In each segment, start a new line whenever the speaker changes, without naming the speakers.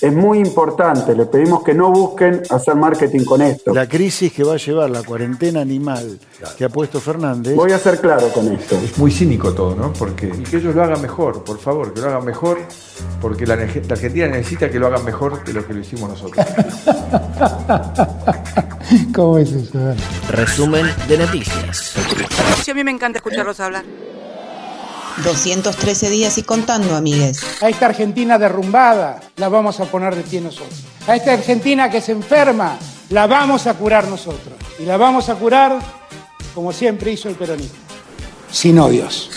Es muy importante, le pedimos que no busquen hacer marketing con esto.
La crisis que va a llevar la cuarentena animal que ha puesto Fernández.
Voy a ser claro con esto.
Es muy cínico todo, ¿no? Porque, y que ellos lo hagan mejor, por favor, que lo hagan mejor, porque la, la Argentina necesita que lo hagan mejor que lo que lo hicimos nosotros.
¿Cómo es eso? Dale.
Resumen de noticias.
Sí, a mí me encanta escucharlos hablar.
213 días y contando, amigues.
A esta Argentina derrumbada la vamos a poner de pie nosotros. A esta Argentina que se enferma la vamos a curar nosotros. Y la vamos a curar como siempre hizo el peronismo. Sin odios.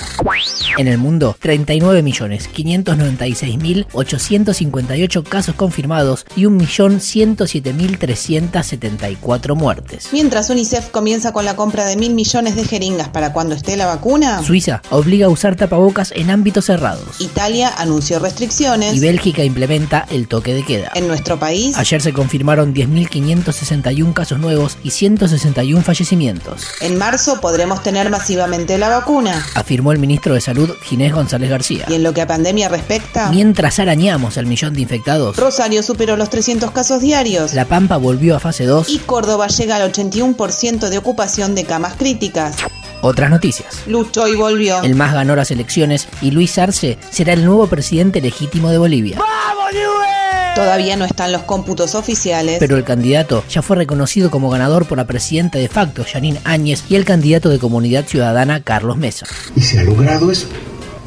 En el mundo, 39.596.858 casos confirmados y 1.107.374 muertes.
Mientras UNICEF comienza con la compra de mil millones de jeringas para cuando esté la vacuna,
Suiza obliga a usar tapabocas en ámbitos cerrados.
Italia anunció restricciones.
Y Bélgica implementa el toque de queda.
En nuestro país,
Ayer se confirmaron 10.561 casos nuevos y 161 fallecimientos,
en marzo podremos tener masivamente la vacuna.
afirmó el ministro de Salud Ginés González García.
Y en lo que a pandemia respecta,
Mientras arañamos el millón de infectados,
Rosario superó los 300 casos diarios.
La Pampa volvió a fase 2.
Y Córdoba llega al 81% de ocupación de camas críticas.
Otras noticias.
Luchó y volvió.
El MAS ganó las elecciones y Luis Arce será el nuevo presidente legítimo de Bolivia.
Todavía no están los cómputos oficiales.
Pero el candidato ya fue reconocido como ganador por la presidenta de facto, Janine Áñez, y el candidato de Comunidad Ciudadana, Carlos Mesa.
Y se ha logrado eso.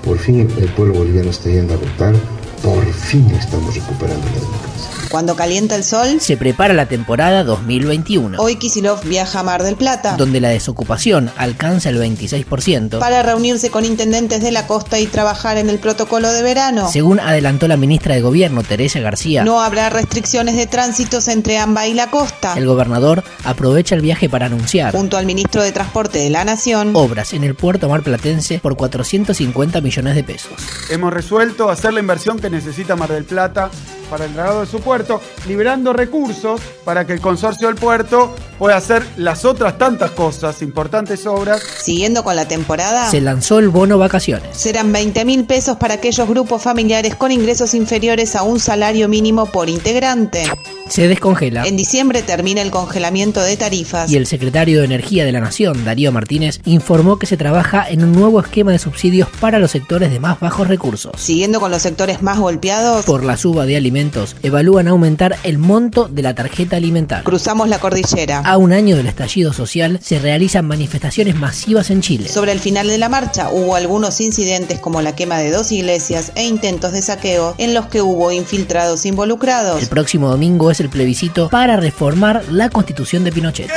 Por fin el, el pueblo boliviano está yendo a votar. Por fin estamos recuperando la democracia.
Cuando calienta el sol,
Se prepara la temporada 2021,
hoy Kisilov viaja a Mar del Plata
donde la desocupación alcanza el 26%,
para reunirse con intendentes de la costa y trabajar en el protocolo de verano.
según adelantó la ministra de Gobierno, Teresa García.
No habrá restricciones de tránsitos entre AMBA y la costa.
El gobernador aprovecha el viaje para anunciar
Junto al ministro de Transporte de la Nación,
obras en el puerto marplatense por 450 millones de pesos.
Hemos resuelto hacer la inversión que necesita Mar del Plata para el dragado de su puerto, liberando recursos para que el consorcio del puerto pueda hacer las otras tantas cosas, importantes obras.
siguiendo con la temporada,
Se lanzó el bono vacaciones.
serán 20 mil pesos para aquellos grupos familiares con ingresos inferiores a un salario mínimo por integrante.
Se descongela.
En diciembre termina el congelamiento de tarifas.
Y el secretario de Energía de la Nación, Darío Martínez, informó que se trabaja en un nuevo esquema de subsidios para los sectores de más bajos recursos.
Siguiendo con los sectores más golpeados,
Por la suba de alimentos, evalúan aumentar el monto de la tarjeta alimentaria.
cruzamos la cordillera.
A un año del estallido social, se realizan manifestaciones masivas en Chile.
Sobre el final de la marcha hubo algunos incidentes como la quema de dos iglesias e intentos de saqueo en los que hubo infiltrados
El
involucrados.
próximo domingo es el plebiscito para reformar la constitución de Pinochet.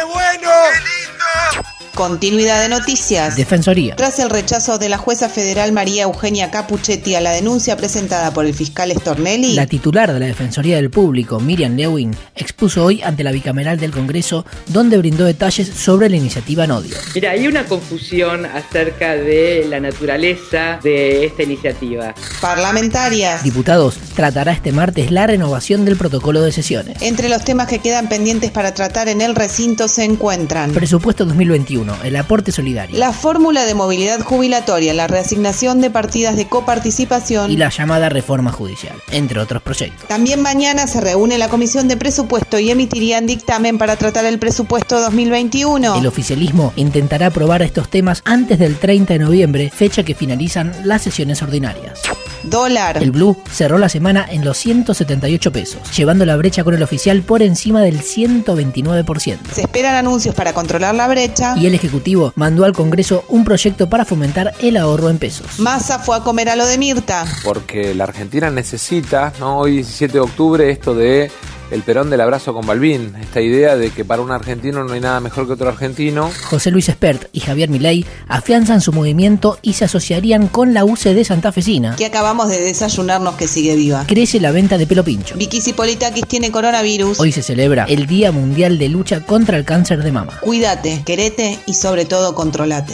Continuidad de noticias.
Defensoría.
Tras el rechazo de la jueza federal María Eugenia Capuchetti a la denuncia presentada por el fiscal Stornelli,
La titular de la Defensoría del Público, Miriam Lewin, expuso hoy ante la bicameral del Congreso, donde brindó detalles sobre la iniciativa Nodio.
Mira, hay una confusión acerca de la naturaleza de esta iniciativa.
parlamentarias.
Diputados, tratará este martes la renovación del protocolo de sesiones.
Entre los temas que quedan pendientes para tratar en el recinto se encuentran
Presupuesto 2021, el aporte solidario
la fórmula de movilidad jubilatoria, la reasignación de partidas de coparticipación.
y la llamada reforma judicial, entre otros proyectos.
También mañana se reúne la Comisión de Presupuesto y emitirían dictamen para tratar el presupuesto 2021.
El oficialismo intentará aprobar estos temas antes del 30 de noviembre, fecha que finalizan las sesiones ordinarias.
Dólar.
El Blue cerró la semana en los 178 pesos, llevando la brecha con el oficial por encima del 129%.
Se esperan anuncios para controlar la brecha.
Y el Ejecutivo mandó al Congreso un proyecto para fomentar el ahorro en pesos.
Massa fue a comer a lo de Mirta.
porque la Argentina necesita, ¿no? hoy 17 de octubre, esto de el Perón del abrazo con Balbín, esta idea de que para un argentino no hay nada mejor que otro argentino.
José Luis Espert y Javier Milei afianzan su movimiento y se asociarían con la UCD santafesina.
Que acabamos de desayunarnos que sigue viva.
Crece la venta de pelo pincho.
Vicky Politakis tiene coronavirus.
Hoy se celebra el Día Mundial de Lucha contra el Cáncer de Mama.
Cuídate, querete y sobre todo controlate.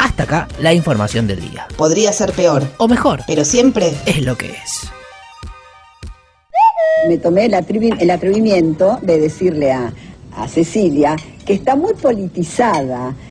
Hasta acá la información del día.
Podría ser peor,
O mejor,
pero siempre
es lo que es.
me tomé el, atrevi- el atrevimiento de decirle a, a Cecilia que está muy politizada